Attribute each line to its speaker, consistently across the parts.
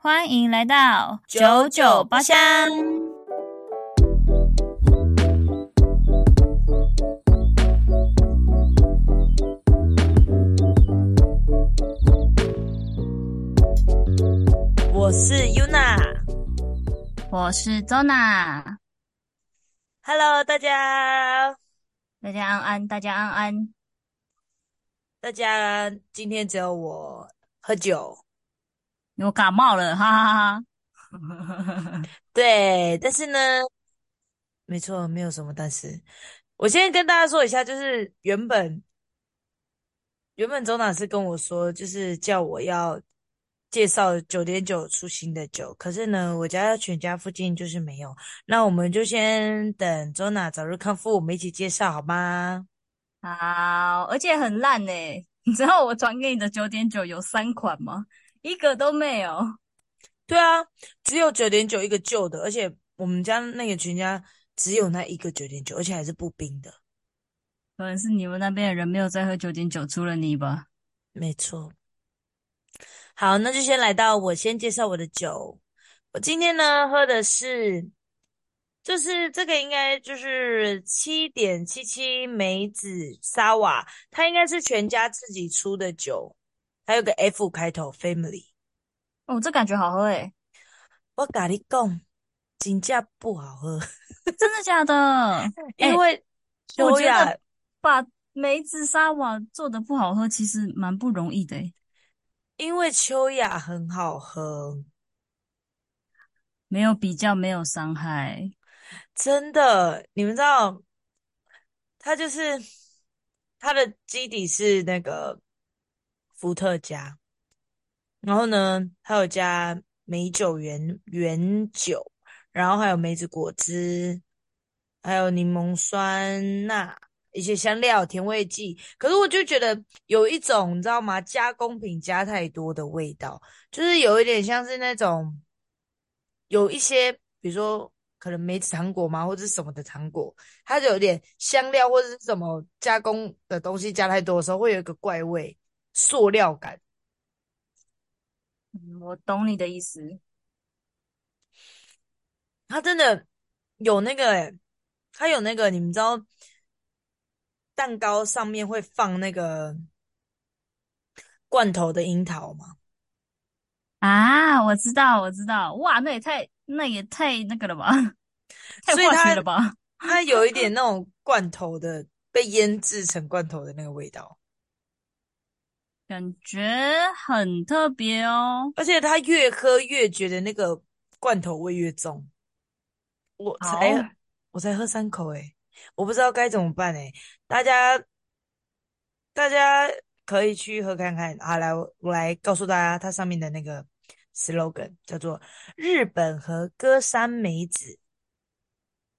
Speaker 1: 欢迎来到九九包厢。
Speaker 2: 我是 Yuna。
Speaker 1: 我是 Zona，
Speaker 2: Hello，大家，
Speaker 1: 大家安安，大家安安。
Speaker 2: 大家今天只有我喝酒，
Speaker 1: 我感冒了，哈哈哈哈。
Speaker 2: 对，但是呢，没错，没有什么但是。我先跟大家说一下，就是原本原本周老师跟我说，就是叫我要介绍九点九出新的酒，可是呢，我家全家附近就是没有，那我们就先等周娜早日康复，我们一起介绍好吗？
Speaker 1: 好，而且很烂呢、你知道我传给你的九点九有三款吗？一个都没有。
Speaker 2: 对啊，只有九点九一个旧的，而且我们家那个全家只有那一个九点九，而且还是不冰的。
Speaker 1: 可能是你们那边的人没有在喝九点九，除了你吧。
Speaker 2: 没错。好，那就先来到我先介绍我的酒。我今天呢喝的是，就是这个应该就是七点七七梅子沙瓦，它应该是全家自己出的酒，还有个 F 开头 Family。
Speaker 1: 哦，这感觉好喝诶、
Speaker 2: 我跟你讲，真价不好喝，
Speaker 1: 真的 假的？
Speaker 2: 因
Speaker 1: 哎
Speaker 2: 为
Speaker 1: 我
Speaker 2: 优
Speaker 1: 觉
Speaker 2: 雅
Speaker 1: 得把梅子沙瓦做的不好喝，其实蛮不容易的诶、
Speaker 2: 因为秋雅很好喝，
Speaker 1: 没有比较，没有伤害。
Speaker 2: 真的，你们知道，它就是它的基底是那个伏特加，然后呢，还有加美酒原原酒，然后还有梅子果汁，还有柠檬酸钠，一些香料、甜味剂。可是我就觉得有一种你知道吗？加工品加太多的味道，就是有一点像是那种有一些，比如说可能梅子糖果嘛，或者是什么的糖果，它就有点香料或者是什么加工的东西加太多的时候，会有一个怪味、塑料感。
Speaker 1: 嗯，我懂你的意思。
Speaker 2: 它真的有那个、欸，它有那个，你们知道，蛋糕上面会放那个罐头的樱桃吗？
Speaker 1: 啊，我知道，我知道，哇，那也太，那也太那个了吧，太
Speaker 2: 所以
Speaker 1: 化学
Speaker 2: 它
Speaker 1: 了吧？
Speaker 2: 它有一点那种罐头的被腌制成罐头的那个味道，
Speaker 1: 感觉很特别哦。
Speaker 2: 而且它越喝越觉得那个罐头味越重。我
Speaker 1: 好，
Speaker 2: 才我才喝三口诶、我不知道该怎么办诶、欸大家大家可以去喝看看啊！来，我我来告诉大家，它上面的那个 slogan 叫做“日本和歌山梅子，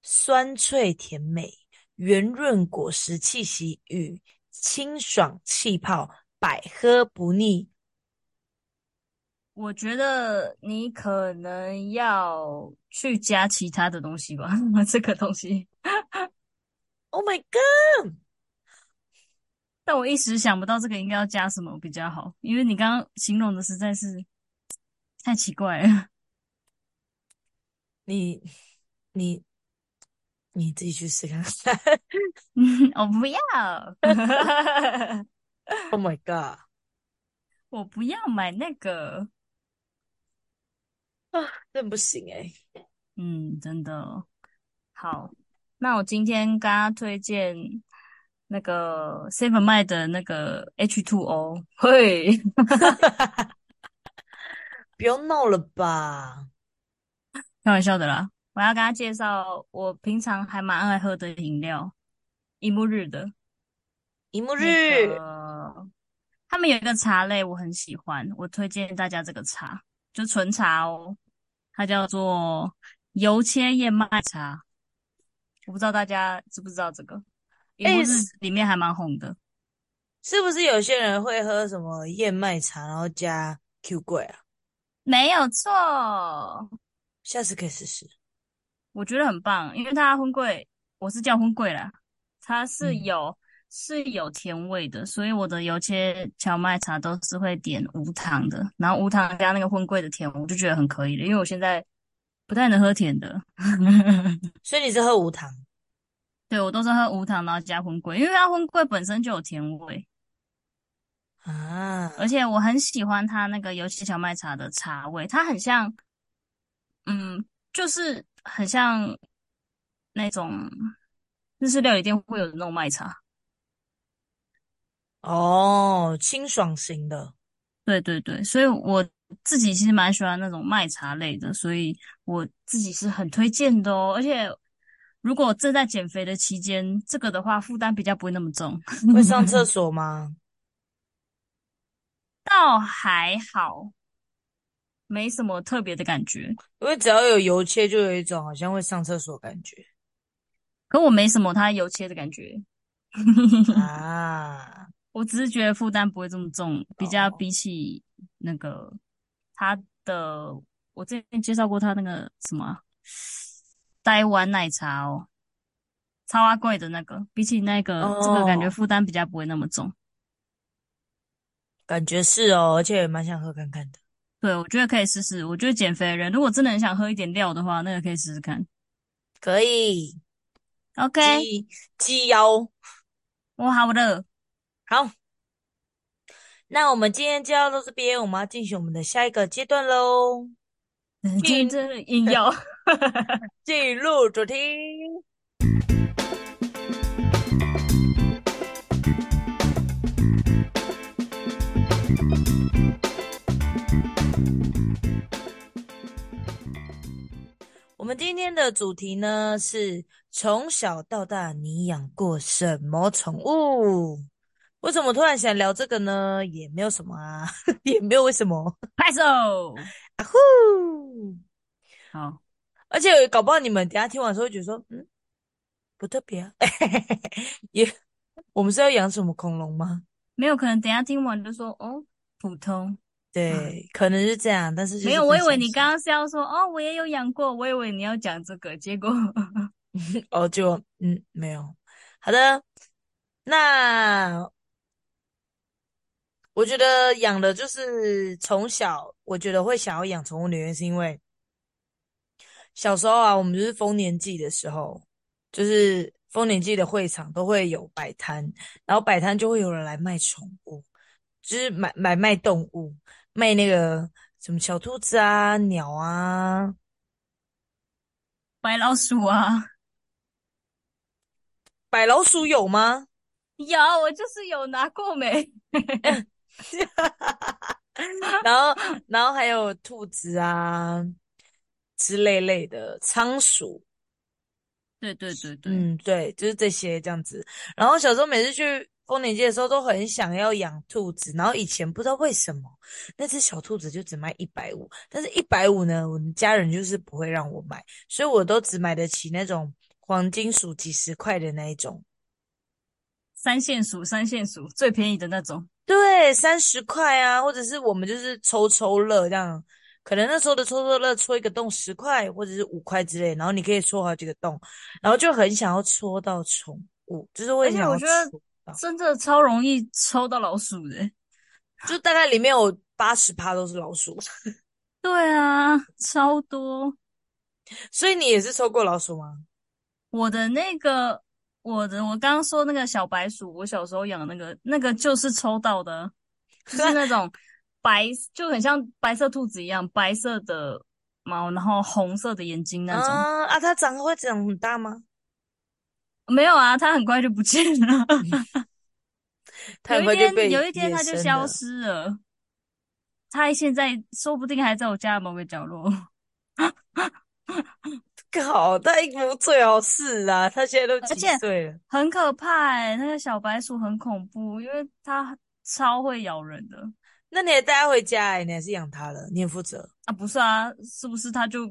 Speaker 2: 酸脆甜美，圆润果实气息与清爽气泡，百喝不腻”。
Speaker 1: 我觉得你可能要去加其他的东西吧， 这个东西，
Speaker 2: Oh my god！
Speaker 1: 但我一时想不到这个应该要加什么比较好，因为你刚刚形容的实在是太奇怪了。
Speaker 2: 你你你自己去试看看。
Speaker 1: 我不要，
Speaker 2: Oh my god！
Speaker 1: 我不要买那个。
Speaker 2: 啊，真不行哎、
Speaker 1: 嗯，真的好。那我今天刚刚推荐那个 Seven 卖的那个 H2O，嘿，
Speaker 2: 不要闹了吧！
Speaker 1: 开玩笑的啦。我要跟他介绍我平常还蛮爱喝的饮料，一木日的
Speaker 2: 一幕
Speaker 1: 那
Speaker 2: 日，
Speaker 1: 个，他们有一个茶类我很喜欢，我推荐大家这个茶，就纯茶哦，它叫做油切燕麦茶。我不知道大家知不知道这个，一
Speaker 2: 哎、
Speaker 1: 木日
Speaker 2: 是
Speaker 1: 里面还蛮红的。
Speaker 2: 是不是有些人会喝什么燕麦茶，然后加 Q 桂啊？
Speaker 1: 没有错，
Speaker 2: 下次可以试试。
Speaker 1: 我觉得很棒，因为它荤桂，我是叫荤桂啦，它是
Speaker 2: 嗯，
Speaker 1: 有是有甜味的，所以我的有些荞麦茶都是会点无糖的，然后无糖加那个荤桂的甜，我就觉得很可以了，因为我现在不太能喝甜的，
Speaker 2: 所以你是喝无糖，
Speaker 1: 对我都是喝无糖，然后加荤桂，因为它荤桂本身就有甜味，
Speaker 2: 啊，
Speaker 1: 而且我很喜欢它那个尤其荞麦茶的茶味，它很像，嗯，就是很像那种日式料理店会有的那种麦茶，
Speaker 2: 哦，清爽型的，
Speaker 1: 对对对，所以我自己其实蛮喜欢那种麦茶类的，所以我自己是很推荐的哦。而且，如果正在减肥的期间，这个的话负担比较不会那么重，
Speaker 2: 会上厕所吗？
Speaker 1: 倒还好，没什么特别的感觉。
Speaker 2: 因为只要有油切，就有一种好像会上厕所的感 觉
Speaker 1: 可我没什么它油切的感觉，
Speaker 2: 啊。
Speaker 1: 我只是觉得负担不会这么重，比较
Speaker 2: 哦
Speaker 1: 比起那个它的，我之前介绍过它那个什么啊台湾奶茶哦，超阿贵的那个，比起那个、这个感觉
Speaker 2: 哦
Speaker 1: 负担比较不会那么重。
Speaker 2: 感觉是哦，而且也蛮想喝看看的。
Speaker 1: 对，我觉得可以试试。我觉得减肥的人如果真的很想喝一点料的话，那个可以试试看。
Speaker 2: 可以，
Speaker 1: OK，
Speaker 2: 鸡鸡腰。
Speaker 1: 我好热，
Speaker 2: 好，那我们今天就要到这边，我们要进行我们的下一个阶段喽。
Speaker 1: 今天
Speaker 2: 进
Speaker 1: 真的硬要。
Speaker 2: 嗯进入主题。我们今天的主题呢是从小到大你养过什么宠物？为什么突然想聊这个呢？也没有什么啊， 也没有为什么
Speaker 1: 拍手。
Speaker 2: 啊呼。
Speaker 1: 好，
Speaker 2: 而且搞不好你们等一下听完之后会觉得说，嗯，不特别啊， 也我们是要养什么恐龙吗？
Speaker 1: 没有可能等一下听完就说哦，普通。
Speaker 2: 对，可能是这样，但是就是
Speaker 1: 啊没有，我以
Speaker 2: 分
Speaker 1: 为
Speaker 2: 享
Speaker 1: 你
Speaker 2: 一下
Speaker 1: 刚刚是要说哦，我也有养过，我以为你要讲这个，结果
Speaker 2: 哦，就嗯没有。好的，那我觉得养的就是从小，我觉得会想要养宠物的原因是因为小时候啊，我们就是丰年祭的时候，就是丰年祭的会场都会有摆摊，然后摆摊就会有人来卖宠物，就是买买卖动物，卖那个什么小兔子啊、鸟啊，
Speaker 1: 白老鼠啊，
Speaker 2: 白老鼠有吗？
Speaker 1: 有，我就是有拿过没。
Speaker 2: 然后，然后还有兔子啊之类类的，仓鼠，
Speaker 1: 对对对对，
Speaker 2: 嗯，对，就是这些这样子。然后小时候每次去丰年祭的时候，都很想要养兔子。然后以前不知道为什么，那只小兔子就只卖一百五，但是一百五呢，我们家人就是不会让我买，所以我都只买得起那种黄金鼠几十块的那一种。
Speaker 1: 三线鼠，三线鼠最便宜的那种。
Speaker 2: 对，三十块啊，或者是我们就是抽抽乐这样，可能那时候的抽抽乐戳一个洞十块或者是五块之类，然后你可以戳好几个洞，然后就很想要戳到宠物，就是
Speaker 1: 而
Speaker 2: 会
Speaker 1: 且
Speaker 2: 想
Speaker 1: 我
Speaker 2: 要
Speaker 1: 觉得
Speaker 2: 戳到，
Speaker 1: 真的超容易抽到老鼠的。
Speaker 2: 就大概里面有八十趴都是老鼠，
Speaker 1: 对啊，超多。
Speaker 2: 所以你也是抽过老鼠吗？
Speaker 1: 我的那个，我的我刚刚说那个小白鼠，我小时候养的那个，那个就是抽到的，就是那 种白，就很像白色兔子一样，白色的毛，然后红色的眼睛那种。
Speaker 2: 啊啊，它长会长很大吗？
Speaker 1: 没有啊，它很快就不见 了。
Speaker 2: 它
Speaker 1: 有一
Speaker 2: 很快就
Speaker 1: 天，
Speaker 2: 被
Speaker 1: 有一天
Speaker 2: 野
Speaker 1: 它就
Speaker 2: 生
Speaker 1: 消
Speaker 2: 的。
Speaker 1: 失了。它现在说不定还在我家的某个角落。
Speaker 2: 靠，它应不最好是啊，它现在都
Speaker 1: 而
Speaker 2: 几
Speaker 1: 且
Speaker 2: 岁了？
Speaker 1: 很可怕欸，那个小白鼠很恐怖，因为它超会咬人的
Speaker 2: 那你也带它回家哎、你还是养它了，你很负责。
Speaker 1: 啊！不是啊，是不是它就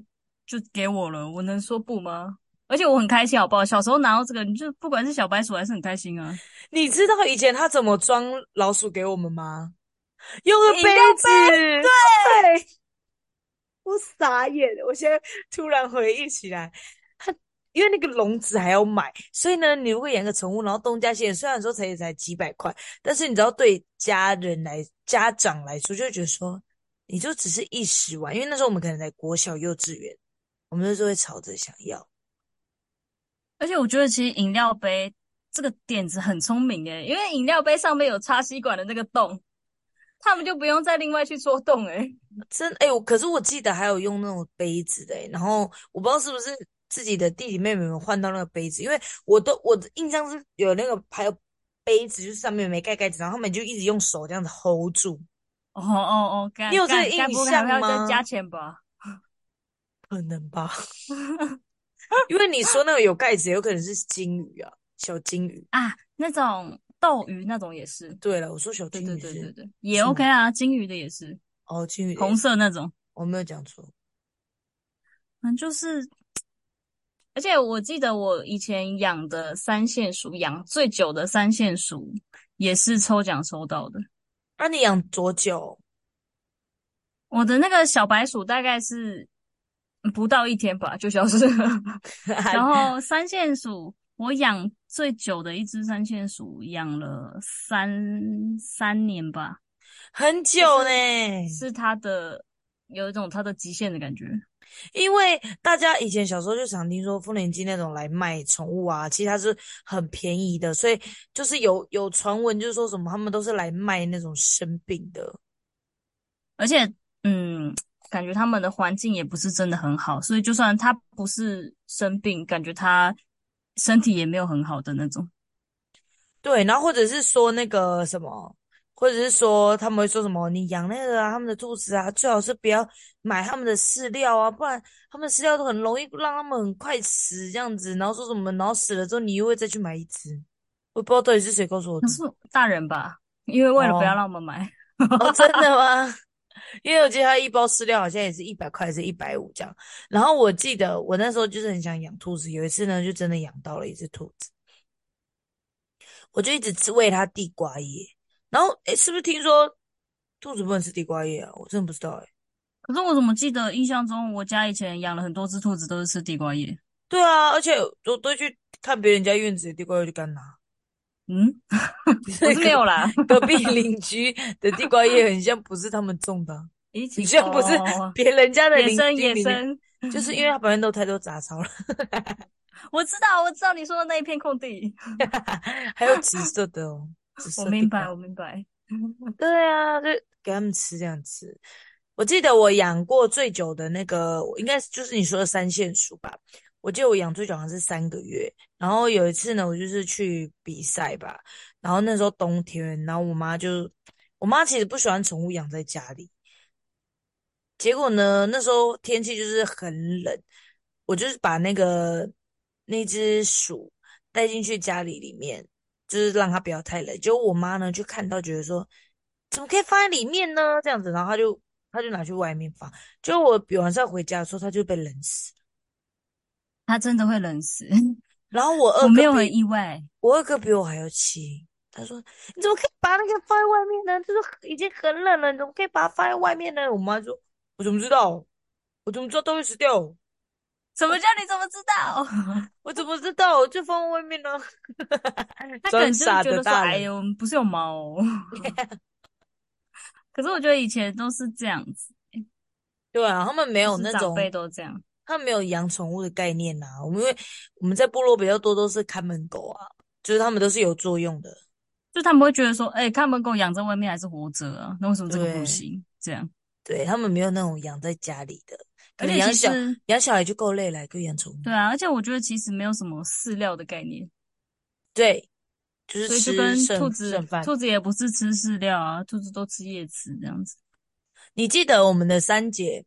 Speaker 1: 就给我了？我能说不吗？而且我很开心，好不好？小时候拿到这个，你就不管是小白鼠还是很开心啊！
Speaker 2: 你知道以前他怎么装老鼠给我们吗？用个
Speaker 1: 饮
Speaker 2: 杯
Speaker 1: 料
Speaker 2: 子，对，我傻眼，我现在突然回忆起来，因为那个笼子还要买，所以呢，你如果养个宠物，然后东家西，虽然说才也才几百块，但是你知道对家人来、家长来说，就会觉得说，你就只是一时玩，因为那时候我们可能在国小、幼稚园，我们就是会吵着想要。
Speaker 1: 而且我觉得其实饮料杯这个点子很聪明欸诶，因为饮料杯上面有插吸管的那个洞，他们就不用再另外去戳洞欸诶。
Speaker 2: 真哎、我可是我记得还有用那种杯子的、欸，然后我不知道是不是自己的弟弟妹妹们换到那个杯子，因为我都我的印象是有那个还有杯子，就是上面没盖盖子，然后他们就一直用手这样子 hold 住，
Speaker 1: 哦哦哦，该
Speaker 2: 你有这个
Speaker 1: 该该
Speaker 2: 印
Speaker 1: 不会还
Speaker 2: 象
Speaker 1: 要再
Speaker 2: 吗
Speaker 1: 加钱吧？
Speaker 2: 可能吧？ 因为你说那个有盖子，有可能是金鱼啊，小金鱼。
Speaker 1: 啊，那种斗鱼那种也是，
Speaker 2: 对了，我说小
Speaker 1: 对
Speaker 2: 金
Speaker 1: 对
Speaker 2: 鱼
Speaker 1: 对
Speaker 2: 是
Speaker 1: 对对，也
Speaker 2: 是
Speaker 1: OK
Speaker 2: 吗？
Speaker 1: 啊，金鱼的也是
Speaker 2: 哦，金鱼的也
Speaker 1: 红
Speaker 2: 是，
Speaker 1: 色那种，
Speaker 2: 我没有讲错。
Speaker 1: 嗯，就是而且我记得我以前养的三线鼠，养最久的三线鼠也是抽奖抽到的。
Speaker 2: 那、啊你养多久？
Speaker 1: 我的那个小白鼠大概是嗯不到一天吧就消失了，然后三线鼠我养最久的一只三线鼠养了三三年吧，
Speaker 2: 很
Speaker 1: 就
Speaker 2: 久
Speaker 1: 是
Speaker 2: 呢、嗯
Speaker 1: 是它的有一种它的极限的感觉。
Speaker 2: 因为大家以前小时候就常听说丰年鸡那种来卖宠物啊，其实它是很便宜的，所以就是有有传闻就是说什么他们都是来卖那种生病的，
Speaker 1: 而且，嗯，感觉他们的环境也不是真的很好，所以就算他不是生病，感觉他身体也没有很好的那种。
Speaker 2: 对，然后或者是说那个什么，或者是说他们会说什么你养那个啊，他们的肚子啊，最好是不要买他们的饲料啊，不然他们的饲料都很容易让他们很快死这样子，然后说什么，然后死了之后你又会再去买一只，我不知道到底是谁告诉我
Speaker 1: 可
Speaker 2: 的
Speaker 1: 是大人吧，因为为了不要
Speaker 2: 哦。
Speaker 1: 让我们买，
Speaker 2: 哦，真的吗？因为我记得它一包饲料好像也是一百块，还是一百五这样。然后我记得我那时候就是很想养兔子，有一次呢，就真的养到了一只兔子，我就一直吃喂它地瓜叶。然后，诶，是不是听说兔子不能吃地瓜叶啊？我真的不知道诶。
Speaker 1: 可是我怎么记得印象中我家以前养了很多只兔子都是吃地瓜叶？
Speaker 2: 对啊，而且我都会去看别人家院子的地瓜叶就干拿，
Speaker 1: 嗯，我
Speaker 2: 这
Speaker 1: 是没
Speaker 2: 隔
Speaker 1: 有啦，
Speaker 2: 隔壁邻居的地瓜叶很像不是他们种的啊，
Speaker 1: 一
Speaker 2: 很
Speaker 1: 起
Speaker 2: 像不是
Speaker 1: 哦，
Speaker 2: 别人家的
Speaker 1: 野
Speaker 2: 邻
Speaker 1: 生
Speaker 2: 居
Speaker 1: 野
Speaker 2: 里面，
Speaker 1: 生，
Speaker 2: 就是因为它旁边都有太多杂草了。
Speaker 1: 我知道我知道你说的那一片空地，
Speaker 2: 还有紫色的嗯哦，紫
Speaker 1: 我
Speaker 2: 色地
Speaker 1: 明
Speaker 2: 瓜。
Speaker 1: 白我明白，
Speaker 2: 对啊，就给他们吃这样吃。我记得我养过最久的那个，应该是就是你说的三线鼠吧。我记得我养最久好像是三个月。然后有一次呢，我就是去比赛吧，然后那时候冬天，然后我妈就，我妈其实不喜欢宠物养在家里。结果呢，那时候天气就是很冷，我就是把那个那只鼠带进去家里里面，就是让它不要太冷。结果我妈呢就看到，觉得说怎么可以放在里面呢？这样子，然后她就她就拿去外面放。结果我比晚上回家的时候，它就被冷死。
Speaker 1: 它真的会冷死，
Speaker 2: 然后我二
Speaker 1: 哦我没
Speaker 2: 哥
Speaker 1: 有很
Speaker 2: 呃比
Speaker 1: 意外。
Speaker 2: 我二哥比我还要气，他说你怎么可以把那个放在外面呢？就是已经很冷了，你怎么可以把它放在外面呢？我妈说我怎么知道？我怎么知道它会死掉？
Speaker 1: 什么叫你怎么知道？
Speaker 2: 我怎么知道？我就放在外面呢。
Speaker 1: 他可
Speaker 2: 装
Speaker 1: 能就是
Speaker 2: 傻
Speaker 1: 觉
Speaker 2: 的
Speaker 1: 得说，
Speaker 2: 大
Speaker 1: 哎
Speaker 2: 人，
Speaker 1: 呦，不是有毛 哦、可是我觉得以前都是这样子，
Speaker 2: 对啊，他们没
Speaker 1: 就
Speaker 2: 有
Speaker 1: 是
Speaker 2: 那
Speaker 1: 长辈
Speaker 2: 种，
Speaker 1: 都这样。
Speaker 2: 他们没有养宠物的概念呐、啊。我们因为我们在部落比较多都是看门狗啊，就是他们都是有作用的。
Speaker 1: 就他们会觉得说，哎、看门狗养在外面还是活着啊，那为什么这个不
Speaker 2: 对，
Speaker 1: 行？这样，
Speaker 2: 对，他们没有那种养在家里的，
Speaker 1: 而
Speaker 2: 可能
Speaker 1: 且
Speaker 2: 养
Speaker 1: 其
Speaker 2: 小
Speaker 1: 实，
Speaker 2: 养小孩就够累了，还可以养宠物。
Speaker 1: 对啊，而且我觉得其实没有什么饲料的概念，
Speaker 2: 对，就是
Speaker 1: 所以就
Speaker 2: 吃
Speaker 1: 跟兔
Speaker 2: 剩
Speaker 1: 子，
Speaker 2: 剩饭。
Speaker 1: 兔子也不是吃饲料啊，兔子都吃叶子这样子。
Speaker 2: 你记得我们的三姐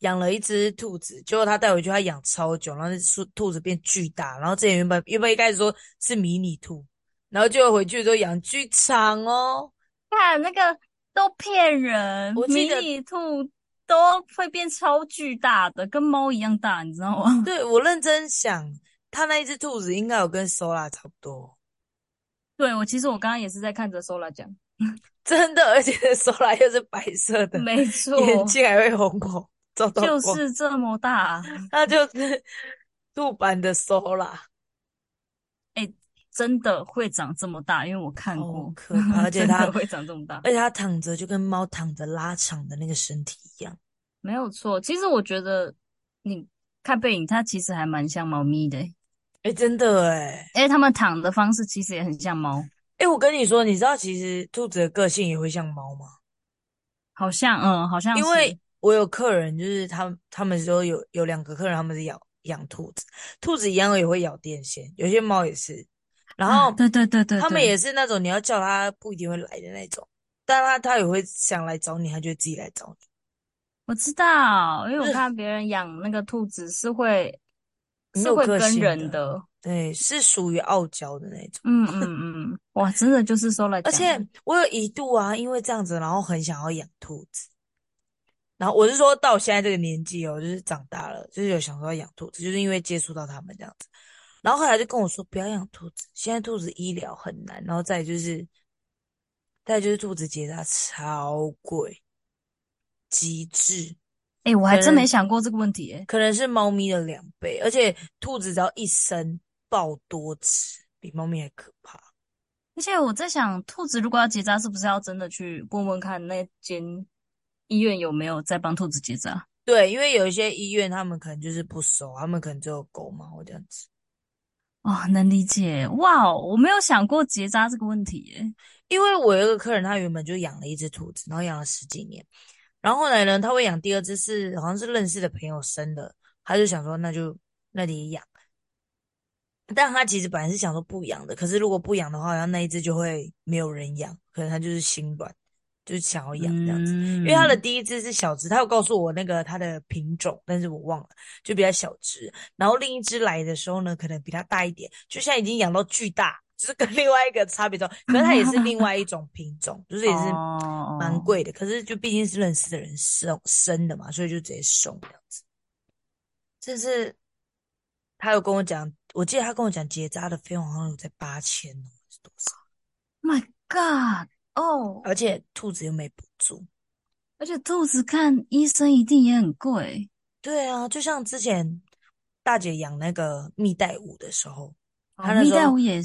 Speaker 2: 养了一只兔子，结果她带回去，她养超久，然后那只兔子变巨大，然后之前原本原本一开始说是迷你兔，然后结果回去之后养巨长哦。
Speaker 1: 看那个都骗人，
Speaker 2: 我记
Speaker 1: 迷
Speaker 2: 得，
Speaker 1: 你兔都会变超巨大的，跟猫一样大，你知道吗？
Speaker 2: 对，我认真想，她那一只兔子应该有跟 Sola 差不多，
Speaker 1: 对，我其实我刚刚也是在看着 Sola 讲，
Speaker 2: 真的，而且 Sola 又是白色的，
Speaker 1: 没
Speaker 2: 眼
Speaker 1: 错，
Speaker 2: 睛还会红红，照到
Speaker 1: 就
Speaker 2: 光，
Speaker 1: 是这么大。
Speaker 2: 那就是。 鹿版的 Sola，
Speaker 1: 真的会长这么大，因为我看
Speaker 2: 好
Speaker 1: 过，
Speaker 2: 可怕， 而且
Speaker 1: 真
Speaker 2: 它
Speaker 1: 的会长这么大，
Speaker 2: 而且它躺着就跟猫躺着拉长的那个身体一样。
Speaker 1: 没有错。其实我觉得你看背影，它其实还蛮像猫咪的、欸，
Speaker 2: 哎、真的哎、
Speaker 1: 哎，它们躺的方式其实也很像猫，
Speaker 2: 哎、我跟你说，你知道其实兔子的个性也会像猫吗？
Speaker 1: 好像，嗯，好像
Speaker 2: 因
Speaker 1: 是，
Speaker 2: 为我有客人，就是他们他们说有有两个客人，他们是养养兔子，兔子一样也会咬电线，有些猫也是，然
Speaker 1: 啊，
Speaker 2: 后
Speaker 1: 对对对对
Speaker 2: 他们
Speaker 1: 对，
Speaker 2: 也是那种你要叫它不一定会来的那种，但它它也会想来找你，它就会自己来找
Speaker 1: 我知道，因为
Speaker 2: 你，
Speaker 1: 我
Speaker 2: 就是
Speaker 1: 看别人养那个兔子是会
Speaker 2: 很
Speaker 1: 是
Speaker 2: 有
Speaker 1: 会
Speaker 2: 个
Speaker 1: 跟
Speaker 2: 性
Speaker 1: 人
Speaker 2: 的，
Speaker 1: 的，
Speaker 2: 对，是属于傲娇的那种。
Speaker 1: 嗯嗯嗯，哇，真的就是说来
Speaker 2: 而
Speaker 1: 讲
Speaker 2: 且
Speaker 1: 的，
Speaker 2: 我有一度啊，因为这样子，然后很想要养兔子。然后我是说到我现在这个年纪哦，就是长大了，就是有想说要养兔子，就是因为接触到他们这样子。然后后来就跟我说不要养兔子，现在兔子医疗很难，然后再就是再就是兔子结扎超贵，极致，
Speaker 1: 哎，我还
Speaker 2: 可
Speaker 1: 真没
Speaker 2: 能
Speaker 1: 想过这个问题、欸，
Speaker 2: 可能是猫咪的两倍，而且兔子只要一生爆多只，比猫咪还可怕。
Speaker 1: 而且我在想，兔子如果要结扎，是不是要真的去问问看那间医院有没有在帮兔子结扎？
Speaker 2: 对，因为有一些医院他们可能就是不收，他们可能只有狗猫这样子。
Speaker 1: 哦，能理解。哇哦，我没有想过结扎这个问题耶。
Speaker 2: 因为我有一个客人，他原本就养了一只兔子，然后养了十几年，然后后来呢，他会养第二只是好像是认识的朋友生的，他就想说那就那里养，但他其实本来是想说不养的，可是如果不养的话，然后那一只就会没有人养，可能他就是心软，就是想要养这样子。因为他的
Speaker 1: 嗯，
Speaker 2: 第一只是小只，他有告诉我那个它的品种，但是我忘了，就比较小只。然后另一只来的时候呢，可能比它大一点，就现在已经养到巨大，就是跟另外一个差别种，可是它也是另外一种品种，就是也是蛮
Speaker 1: 哦，
Speaker 2: 贵的。可是就毕竟是认识的人生生的嘛，所以就直接送这样子。这是他有跟我讲，我记得他跟我讲结扎的费用好像有在八千哦，还是多少？
Speaker 1: My God，哦，
Speaker 2: 而且兔子又没补助。
Speaker 1: 而且兔子看医生一定也很贵。
Speaker 2: 对啊，就像之前大姐养那个蜜袋鼯的时候，
Speaker 1: 哦，
Speaker 2: 她那
Speaker 1: 蜜
Speaker 2: 时
Speaker 1: 袋鼯
Speaker 2: 候
Speaker 1: 也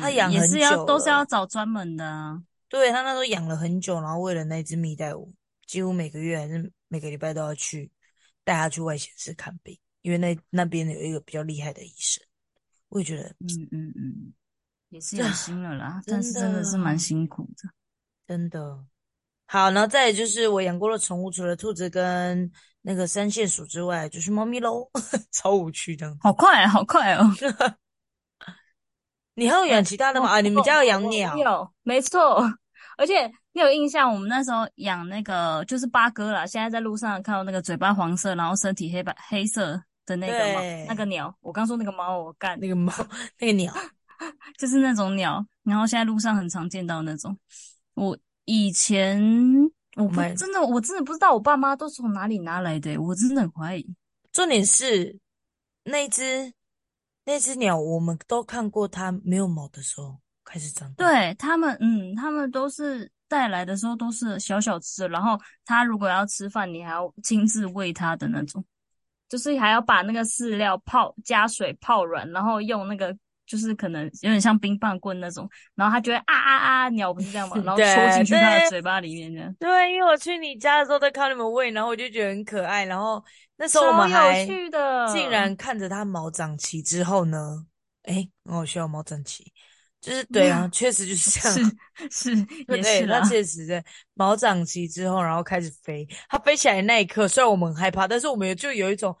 Speaker 2: 她
Speaker 1: 是，
Speaker 2: 养
Speaker 1: 也
Speaker 2: 很
Speaker 1: 是要
Speaker 2: 久
Speaker 1: 都是要
Speaker 2: 了，
Speaker 1: 找专门的啊。
Speaker 2: 对，她那时候养了很久，然后为了那只蜜袋鼯，几乎每个月还是每个礼拜都要去带它去外县市看病，因为那那边有一个比较厉害的医生。我也觉得，
Speaker 1: 嗯嗯嗯，也是
Speaker 2: 这
Speaker 1: 有心了啦，但
Speaker 2: 啊真
Speaker 1: 是真的是蛮
Speaker 2: 的
Speaker 1: 辛苦的。
Speaker 2: 真的好，然后再来就是我养过的宠物，除了兔子跟那个三线鼠之外，就是猫咪喽， 超无趣这样子。
Speaker 1: 好快，好快哦！
Speaker 2: 你还有养
Speaker 1: 哎，
Speaker 2: 其他的
Speaker 1: 我
Speaker 2: 吗？啊，你们
Speaker 1: 我
Speaker 2: 家有养
Speaker 1: 我我
Speaker 2: 鸟？
Speaker 1: 有，没错。而且你有印象，我们那时候养那个就是八哥啦，现在在路上看到那个嘴巴黄色，然后身体黑白黑色的那个猫，那个
Speaker 2: 对，
Speaker 1: 鸟。我刚说那个猫，我干，
Speaker 2: 那个猫， 那个鸟，
Speaker 1: 就是那种鸟。然后现在路上很常见到那种。我以前我
Speaker 2: 我
Speaker 1: 不
Speaker 2: 们
Speaker 1: 真的，我真的不知道我爸妈都从哪里拿来的、欸我真的很怀疑。
Speaker 2: 重点是那一只那只鸟，我们都看过它没有毛的时候开始长大。
Speaker 1: 对，他们，嗯，他们都是带来的时候都是小小只的，然后它如果要吃饭，你还要亲自喂它的那种，就是还要把那个饲料泡加水泡软，然后用那个就是可能有点像冰棒棍那种，然后它就会啊啊啊，鸟不是这样 嘛，然后戳
Speaker 2: 对
Speaker 1: 进去它的
Speaker 2: 对
Speaker 1: 嘴巴里面的，
Speaker 2: 对，因为我去你家的时候在看你们喂，然后我就觉得很可爱。然后那时候我
Speaker 1: 超
Speaker 2: 们
Speaker 1: 有
Speaker 2: 还
Speaker 1: 趣
Speaker 2: 竟
Speaker 1: 的，
Speaker 2: 然看着它毛长齐之后呢，诶，很好笑，毛长齐，就是对 啊，确实就是这样。
Speaker 1: 是是也
Speaker 2: 对，
Speaker 1: 是
Speaker 2: 它
Speaker 1: 啦，
Speaker 2: 确实在毛长齐之后，然后开始飞。它飞起来的那一刻，虽然我们很害怕，但是我们也就有一种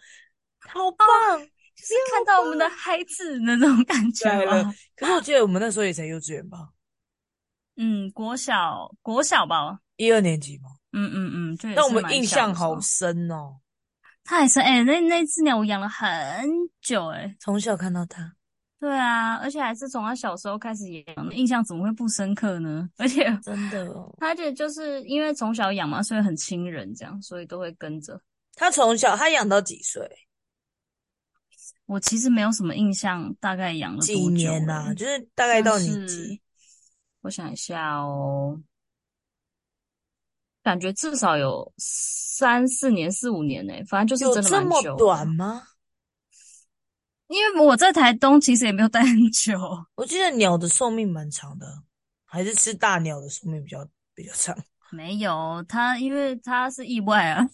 Speaker 2: 它好
Speaker 1: 哦，
Speaker 2: 棒，
Speaker 1: 就
Speaker 2: 你
Speaker 1: 是看
Speaker 2: 好
Speaker 1: 到我们的
Speaker 2: 棒
Speaker 1: 孩子那种感觉哦
Speaker 2: 来了。
Speaker 1: 吗？
Speaker 2: 可是我记得我们那时候也才幼稚园吧，
Speaker 1: 嗯，国小国小吧。
Speaker 2: 一二年级嘛。
Speaker 1: 嗯嗯嗯，就也
Speaker 2: 但我
Speaker 1: 是
Speaker 2: 们
Speaker 1: 蛮
Speaker 2: 印
Speaker 1: 小
Speaker 2: 象
Speaker 1: 的时
Speaker 2: 好
Speaker 1: 候。
Speaker 2: 深哦，
Speaker 1: 它也是，哎、那那只鸟我养了很久、哎，
Speaker 2: 从小看到大。
Speaker 1: 对啊，而且还是从它小时候开始养，印象怎么会不深刻呢？ 而且
Speaker 2: 真的哦，
Speaker 1: 它就就是因为从小养嘛，所以很亲人，这样，所以都会跟着。
Speaker 2: 他从小他养到几岁？
Speaker 1: 我其实没有什么印象，大概养了
Speaker 2: 几
Speaker 1: 多久、
Speaker 2: 年啊
Speaker 1: 哎，
Speaker 2: 呐、就是大概
Speaker 1: 像
Speaker 2: 到你几？
Speaker 1: 是我想一下哦，感觉至少有三四年、四五年呢、哎反正就是
Speaker 2: 有
Speaker 1: 真的
Speaker 2: 这
Speaker 1: 蛮
Speaker 2: 么
Speaker 1: 久的。
Speaker 2: 短吗？
Speaker 1: 因为我在台东其实也没有待很久，
Speaker 2: 我记得鸟的寿命蛮长的，还是吃大鸟的寿命比较比较长。
Speaker 1: 没有他，因为他是意外啊。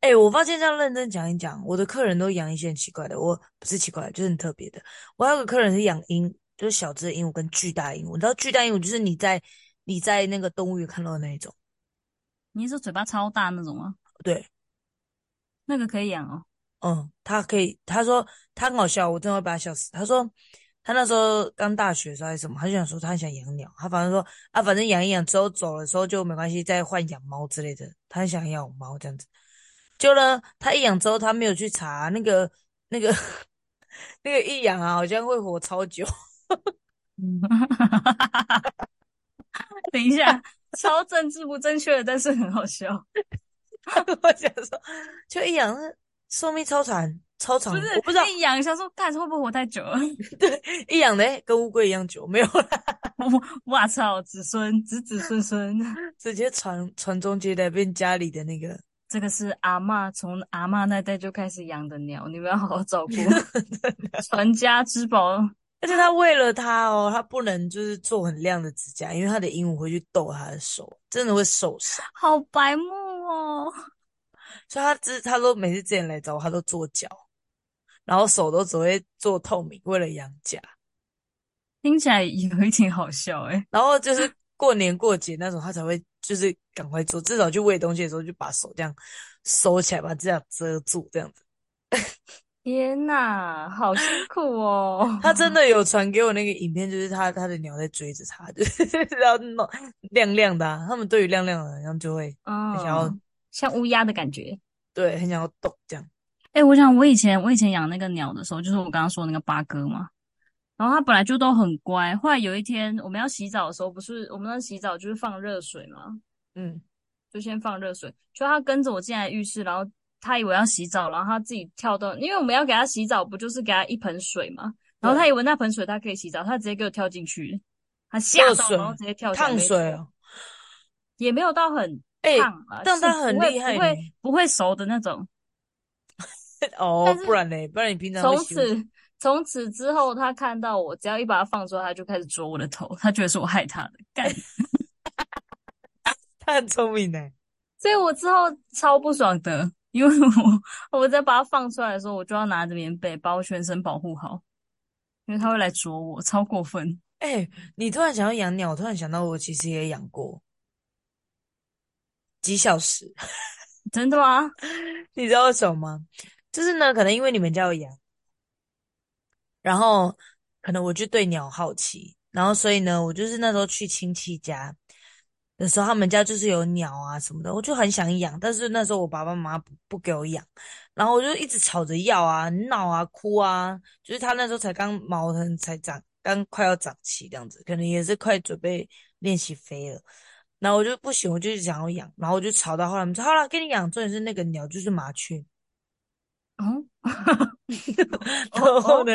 Speaker 2: 哎、我发现这样认真讲一讲，我的客人都养一些很奇怪的，我不是奇怪，就是很特别的。我还有个客人是养鹦，就是小只的鹦鹉跟巨大鹦鹉。你知道巨大鹦鹉就是你在你在那个动物园看到的那一种，
Speaker 1: 你是说嘴巴超大那种吗？
Speaker 2: 对，
Speaker 1: 那个可以养哦。
Speaker 2: 嗯，他可以，他说他很好笑，我真的会把他笑死。他说他那时候刚大学的时候还是什么，他就想说他很想养鸟，他反正说啊，反正养一养之后走的时候就没关系，再换养猫之类的。他很想养猫这样子，就呢，他一养之后他没有去查那个那个 那个一养啊，好像会活超久。
Speaker 1: 等一 下，超政治不正确的，但是很好笑。
Speaker 2: 嗯我想说，就一养寿命超长超长，
Speaker 1: 不是，
Speaker 2: 我不知道
Speaker 1: 一养想说，看会不会活太久了？
Speaker 2: 一养的跟乌龟一样久，没有啦，
Speaker 1: 哇操，子孙子子孙孙，
Speaker 2: 直接传传宗接代变家里的那个。
Speaker 1: 这个是阿嬷从阿嬷那代就开始养的鸟，你们要好好 照顾，传家之宝。
Speaker 2: 而且他为了他哦，他不能就是做很亮的指甲，因为他的鹦鹉会去逗他的手，真的会受伤。
Speaker 1: 好白目哦！
Speaker 2: 所以他之他都每次之前来找我，他都做脚，然后手都只会做透明，为了养甲。
Speaker 1: 听起来有一点好笑哎诶、
Speaker 2: 然后就是过年过节那种，他才会就是赶快做，至少去喂东西的时候就把手这样收起来，把指甲遮住这样子。
Speaker 1: 天呐，好辛苦 哦！
Speaker 2: 他真的有传给我那个影片，就是他他的鸟在追着他，就是 要弄亮亮的、啊。他们对于亮亮的，然后就会
Speaker 1: 嗯，
Speaker 2: 想要
Speaker 1: 像乌鸦的感觉。
Speaker 2: 对很想要动这样。
Speaker 1: 哎、我想我以前我以前养那个鸟的时候，就是我刚刚说的那个八哥嘛，然后它本来就都很乖。后来有一天我们要洗澡的时候，不是我们那洗澡就是放热水嘛，
Speaker 2: 嗯，
Speaker 1: 就先放热水，就它跟着我进来浴室，然后它以为要洗澡，然后它自己跳到，因为我们要给它洗澡，不就是给它一盆水嘛，然后它以为那盆水它可以洗澡，它直接给我跳进去，它吓
Speaker 2: 热
Speaker 1: 到，
Speaker 2: 水
Speaker 1: 然后直接跳起来
Speaker 2: 烫
Speaker 1: 没
Speaker 2: 水哦，
Speaker 1: 也没有到很
Speaker 2: 哎、
Speaker 1: 烫啊，
Speaker 2: 但
Speaker 1: 是
Speaker 2: 它很
Speaker 1: 不会
Speaker 2: 厉害
Speaker 1: 不会
Speaker 2: 呢
Speaker 1: 不会熟的那种。
Speaker 2: 哦
Speaker 1: 但，是
Speaker 2: 不然呢？不然你平常会
Speaker 1: 从
Speaker 2: 洗
Speaker 1: 此 从此之后，他看到我，只要一把它放出来，他就开始啄我的头，他觉得是我害他的，干。
Speaker 2: 它很聪明呢。
Speaker 1: 所以我之后超不爽的，因为我我在把它放出来的时候，我就要拿着棉被把我全身保护好，因为它会来啄我，超过分。
Speaker 2: 哎、你突然想要养鸟，我突然想到我其实也养过几小时，
Speaker 1: 真的吗？
Speaker 2: 你知道为什么吗？就是呢，可能因为你们家有养，然后可能我就对鸟好奇，然后所以呢，我就是那时候去亲戚家的时候，他们家就是有鸟啊什么的，我就很想养，但是那时候我爸爸妈妈不不给我养，然后我就一直吵着要啊、闹啊、哭啊，就是他那时候才刚毛很才长，刚快要长齐这样子，可能也是快准备练习飞了。然后我就不行，我就是想要养，然后我就吵到后来，我们说好了，给你养。重点是那个鸟就是麻雀，
Speaker 1: 嗯，哦
Speaker 2: 然后呢，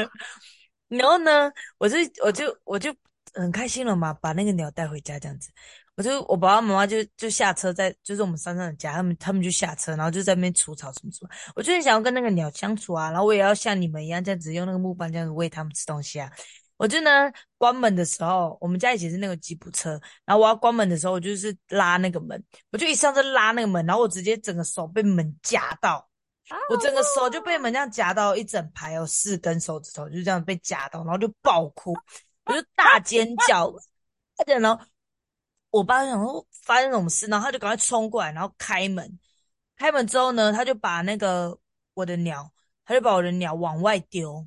Speaker 2: 然后呢，我就我就我就很开心了嘛，把那个鸟带回家这样子。我就我爸爸妈妈就就下车在，就是我们山上的家，他们他们就下车，然后就在那边除草什么什么。我就很想要跟那个鸟相处啊，然后我也要像你们一样这样子用那个木棒这样子喂它们吃东西啊。我就呢关门的时候，我们家以前是那个吉普车，然后我要关门的时候，我就是拉那个门，我就一上车拉那个门，然后我直接整个手被门夹到，我整个手就被门这样夹到一整排有四根手指头，就这样被夹到，然后就爆哭，我就大尖叫，大尖叫。我爸就想说发生什么事，然后他就赶快冲过来，然后开门。开门之后呢，他就把那个我的鸟，他就把我的鸟往外丢，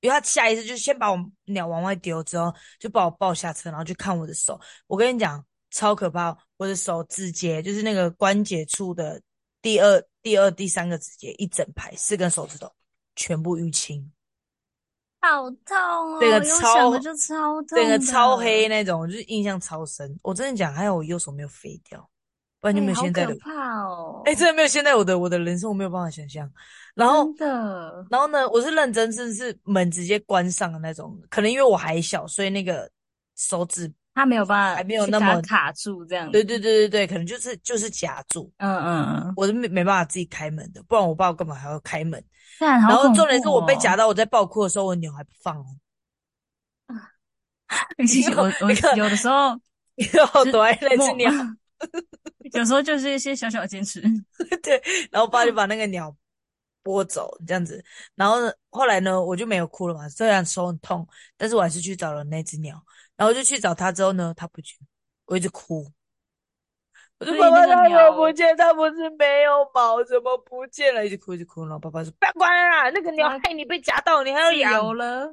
Speaker 2: 因为他下意识就先把我鸟往外丢，之后就把我抱下车，然后去看我的手。我跟你讲，超可怕！我的手指节就是那个关节处的第二、第二、第三个指节，一整排四根手指头全部淤青，
Speaker 1: 好痛哦！
Speaker 2: 这个
Speaker 1: 用
Speaker 2: 超
Speaker 1: 想的就超痛，
Speaker 2: 整个超黑，那种，就是印象超深。我真的讲，还好我右手没有飞掉，不然就没有
Speaker 1: 哎好
Speaker 2: 现在的
Speaker 1: 可怕哦！
Speaker 2: 哎、真的没有现在我的我的人生，我没有办法想象。然后，
Speaker 1: 真的，
Speaker 2: 然后呢，我是认真，真的是门直接关上的那种。可能因为我还小，所以那个手指
Speaker 1: 它没有办法
Speaker 2: 还没有
Speaker 1: 去
Speaker 2: 那
Speaker 1: 把它
Speaker 2: 么
Speaker 1: 卡住这样
Speaker 2: 对
Speaker 1: 子。
Speaker 2: 对对对对，可能就是就是夹住，
Speaker 1: 嗯嗯嗯，
Speaker 2: 我都没没办法自己开门的，不然我爸干嘛还要开门？
Speaker 1: 但好
Speaker 2: 然后
Speaker 1: 恐
Speaker 2: 重点是
Speaker 1: 怖
Speaker 2: 我被
Speaker 1: 哦
Speaker 2: 夹到，我在爆哭的时候，我扭还不 放哦，
Speaker 1: 我我
Speaker 2: 那 个
Speaker 1: 有的时候
Speaker 2: 然后躲在那只
Speaker 1: 默
Speaker 2: 鸟，
Speaker 1: 有时候就是一些小小的坚持。
Speaker 2: 对，然后我爸就把那个鸟拨走这样子。然后呢，后来呢，我就没有哭了嘛，虽然手很痛，但是我还是去找了那只鸟。然后就去找它之后呢，它不见，我一直哭。我说
Speaker 1: 所以
Speaker 2: 爸爸，
Speaker 1: 那个
Speaker 2: 它怎么
Speaker 1: 鸟
Speaker 2: 不见？它不是没有毛，怎么不见了？一直哭，一直哭。然后爸爸说：“不要管了啦，那个鸟
Speaker 1: 它
Speaker 2: 害你被夹到，你还要
Speaker 1: 啊自
Speaker 2: 养。
Speaker 1: 由了，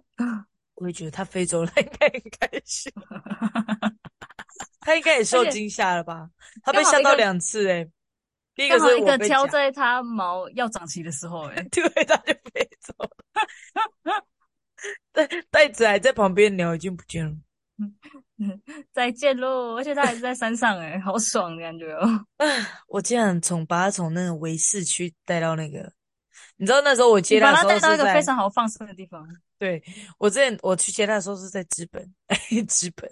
Speaker 2: 我也觉得它飞走了，应该很 开心。它应该也受
Speaker 1: 而且
Speaker 2: 惊吓了吧？它被
Speaker 1: 刚好
Speaker 2: 吓
Speaker 1: 一
Speaker 2: 到
Speaker 1: 个
Speaker 2: 两次诶、第一个
Speaker 1: 刚好
Speaker 2: 是
Speaker 1: 一
Speaker 2: 我
Speaker 1: 个
Speaker 2: 被
Speaker 1: 挑
Speaker 2: 夹，
Speaker 1: 在它毛要长齐的时候、欸，
Speaker 2: 对，它就飞走了。 袋袋子还在旁边，鸟已经不见了。
Speaker 1: 再见喽！而且它还是在山上、欸，好爽的感觉哦。
Speaker 2: 我竟然从把它从那个维市区带到那个，你知道那时候我接
Speaker 1: 你
Speaker 2: 它
Speaker 1: 把
Speaker 2: 的
Speaker 1: 它
Speaker 2: 时候
Speaker 1: 带到
Speaker 2: 是
Speaker 1: 一个非
Speaker 2: 在，
Speaker 1: 常好放松的地方
Speaker 2: 对，我之前我去接它的时候是在资本， 资本，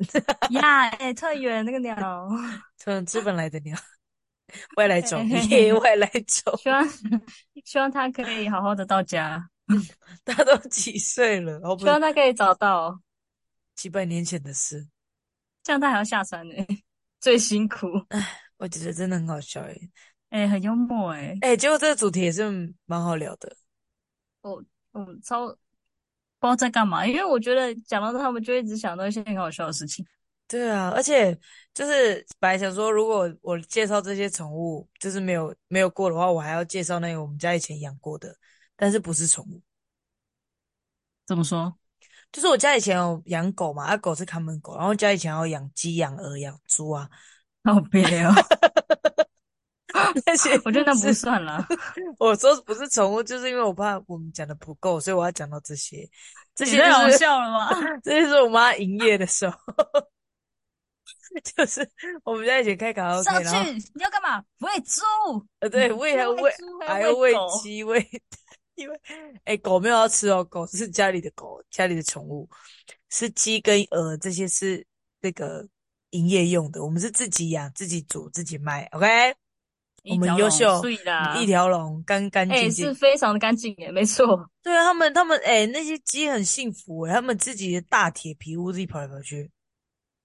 Speaker 1: 呀！哎、特远那个鸟，
Speaker 2: 从资本来的鸟， 外来种，耶，
Speaker 1: 希
Speaker 2: 外来种，
Speaker 1: 望希望它可以好好的到家，
Speaker 2: 它都几岁了？哦，不
Speaker 1: 希
Speaker 2: 是
Speaker 1: 望它可以找到，
Speaker 2: 几百年前的事，
Speaker 1: 这样它还要下山呢、欸最辛苦。
Speaker 2: 我觉得真的很好笑诶。
Speaker 1: 哎、很幽默哎、欸，
Speaker 2: 哎，结果这个主题也是蛮好聊的，
Speaker 1: 我我超不知道在干嘛，因为我觉得讲到他们就一直想到一些很好笑的事情。
Speaker 2: 对啊，而且就是本来想说，如果我介绍这些宠物，就是没有没有过的话，我还要介绍那个我们家以前养过的，但是不是宠物，
Speaker 1: 怎么说？
Speaker 2: 就是我家以前有养狗嘛，啊狗是看门狗，然后家以前还有养鸡、养鹅、养猪啊，
Speaker 1: 好悲哦，
Speaker 2: 那些
Speaker 1: 我觉得那不
Speaker 2: 是
Speaker 1: 算啦，
Speaker 2: 我说不是宠物，就是因为我怕我们讲的不够，所以我要讲到这些，这
Speaker 1: 也
Speaker 2: 些就
Speaker 1: 太好
Speaker 2: 是
Speaker 1: 笑了吧？
Speaker 2: 这就是我妈营业的时候， 就是我们家以前开卡拉 OK，
Speaker 1: 上
Speaker 2: 然后。
Speaker 1: 去你要干嘛？喂猪，
Speaker 2: 呃，对，喂还
Speaker 1: 要
Speaker 2: 有
Speaker 1: 喂
Speaker 2: 喂，
Speaker 1: 猪，还要
Speaker 2: 还要
Speaker 1: 喂
Speaker 2: 喂
Speaker 1: 狗。
Speaker 2: 鸡，喂，因为，哎，狗没有要吃哦，狗是家里的狗，家里的宠物，是鸡跟鹅这些是那个营业用的，我们是自己养、自己煮、自己卖，OK？我
Speaker 1: 一
Speaker 2: 们
Speaker 1: 条
Speaker 2: 优
Speaker 1: 龙，
Speaker 2: 秀，
Speaker 1: 碎
Speaker 2: 一
Speaker 1: 啦！
Speaker 2: 条龙，干干
Speaker 1: 哎、
Speaker 2: 净
Speaker 1: 是
Speaker 2: 净。
Speaker 1: 非常的干净哎，没错。
Speaker 2: 对啊，他们，他们，哎，那些鸡很幸福，哎，他们自己的大铁皮屋自己跑来跑去，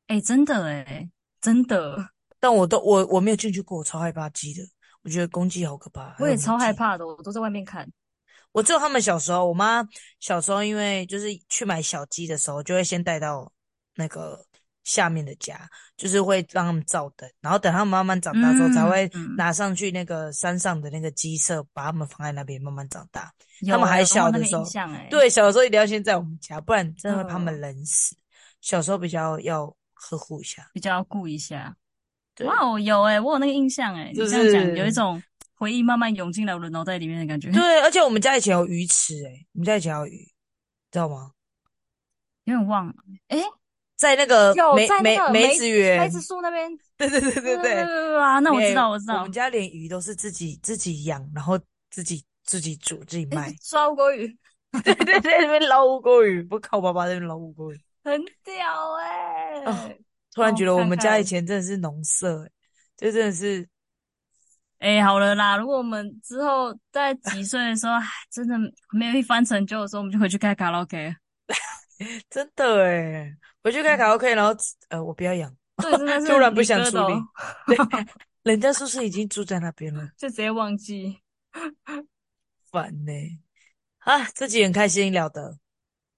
Speaker 1: 哎、真的哎，真的，
Speaker 2: 但我都我我没有进去过，我超害怕鸡的，我觉得公鸡好可怕，还
Speaker 1: 我
Speaker 2: 有
Speaker 1: 也
Speaker 2: 母
Speaker 1: 超害
Speaker 2: 鸡。
Speaker 1: 怕的，我都在外面看。
Speaker 2: 我只有他们小时候，我妈小时候因为就是去买小鸡的时候，就会先带到那个下面的家，就是会让他们照灯，然后等他们慢慢长大之后，才
Speaker 1: 嗯
Speaker 2: 会
Speaker 1: 嗯，
Speaker 2: 拿上去那个山上的那个鸡舍，把他们放在那边慢慢长大。他
Speaker 1: 有
Speaker 2: 们
Speaker 1: 哎、
Speaker 2: 还
Speaker 1: 我有
Speaker 2: 小
Speaker 1: 那
Speaker 2: 的
Speaker 1: 个
Speaker 2: 时
Speaker 1: 印
Speaker 2: 候，
Speaker 1: 象哎，
Speaker 2: 对，小的时候一定要先在我们家，不然真的会把他们
Speaker 1: 嗯，
Speaker 2: 冷死。小时候比较要呵护一下，
Speaker 1: 比较要顾一下。哇
Speaker 2: 对，
Speaker 1: 哦，有哎，我有那个印象哎，
Speaker 2: 就
Speaker 1: 你这样讲有一
Speaker 2: 是
Speaker 1: 种回忆慢慢涌进来我的脑袋里面的感觉，
Speaker 2: 对，而且我们家以前有鱼池、欸，诶，我们家以前有鱼，知道吗？
Speaker 1: 有点忘了。哎、
Speaker 2: 在那个
Speaker 1: 有
Speaker 2: 梅
Speaker 1: 在那
Speaker 2: 梅
Speaker 1: 个梅
Speaker 2: 梅子
Speaker 1: 梅子
Speaker 2: 园。
Speaker 1: 树那边，
Speaker 2: 对对对对对，
Speaker 1: 呃啊，那我知
Speaker 2: 连
Speaker 1: 道，我知
Speaker 2: 我们
Speaker 1: 道。
Speaker 2: 家连鱼都是自己自己养，然后自己自己煮自己
Speaker 1: 哎、
Speaker 2: 卖。
Speaker 1: 抓乌龟鱼
Speaker 2: 对对对，那边捞乌龟鱼，不靠我爸爸在那边捞乌龟鱼。
Speaker 1: 很屌
Speaker 2: 哦，
Speaker 1: 哎、
Speaker 2: 突然
Speaker 1: 让
Speaker 2: 觉
Speaker 1: 我
Speaker 2: 得我
Speaker 1: 看
Speaker 2: 们家以
Speaker 1: 看。
Speaker 2: 前真的是农舍、欸，就真的是
Speaker 1: 哎、好了啦，如果我们之后在几岁的时候，唉真的没有一番成就的时候，我们就回去开卡拉 OK。
Speaker 2: 真的哎、欸，回去开卡拉 OK，然后吃呃，我不要养，
Speaker 1: 对，真的
Speaker 2: 突
Speaker 1: 是
Speaker 2: 然不
Speaker 1: 你
Speaker 2: 想
Speaker 1: 哥的
Speaker 2: 处
Speaker 1: 哦，
Speaker 2: 理。对，人家是不是已经住在那边了？
Speaker 1: 就直接忘记。
Speaker 2: 烦呢、啊，自己很开心聊的。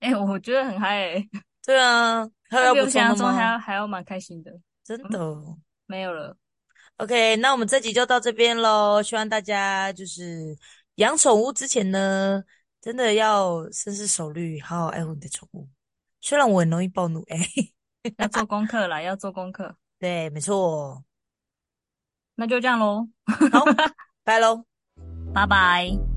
Speaker 1: 哎、我觉得很嗨、 欸，
Speaker 2: 对啊，还
Speaker 1: 那
Speaker 2: 有要
Speaker 1: 比
Speaker 2: 补
Speaker 1: 我
Speaker 2: 充
Speaker 1: 想象
Speaker 2: 的
Speaker 1: 中还
Speaker 2: 吗？
Speaker 1: 要还要蛮开心的。
Speaker 2: 真的
Speaker 1: 嗯，
Speaker 2: 哦。
Speaker 1: 没有了，
Speaker 2: OK，那我们这集就到这边喽。希望大家就是养宠物之前呢，真的要深思熟虑，好好爱护你的宠物。虽然我很容易暴怒，哎、
Speaker 1: 要做功课啦，要做功课。
Speaker 2: 对，没错。
Speaker 1: 那就这样喽，
Speaker 2: 好，拜喽。
Speaker 1: 拜拜。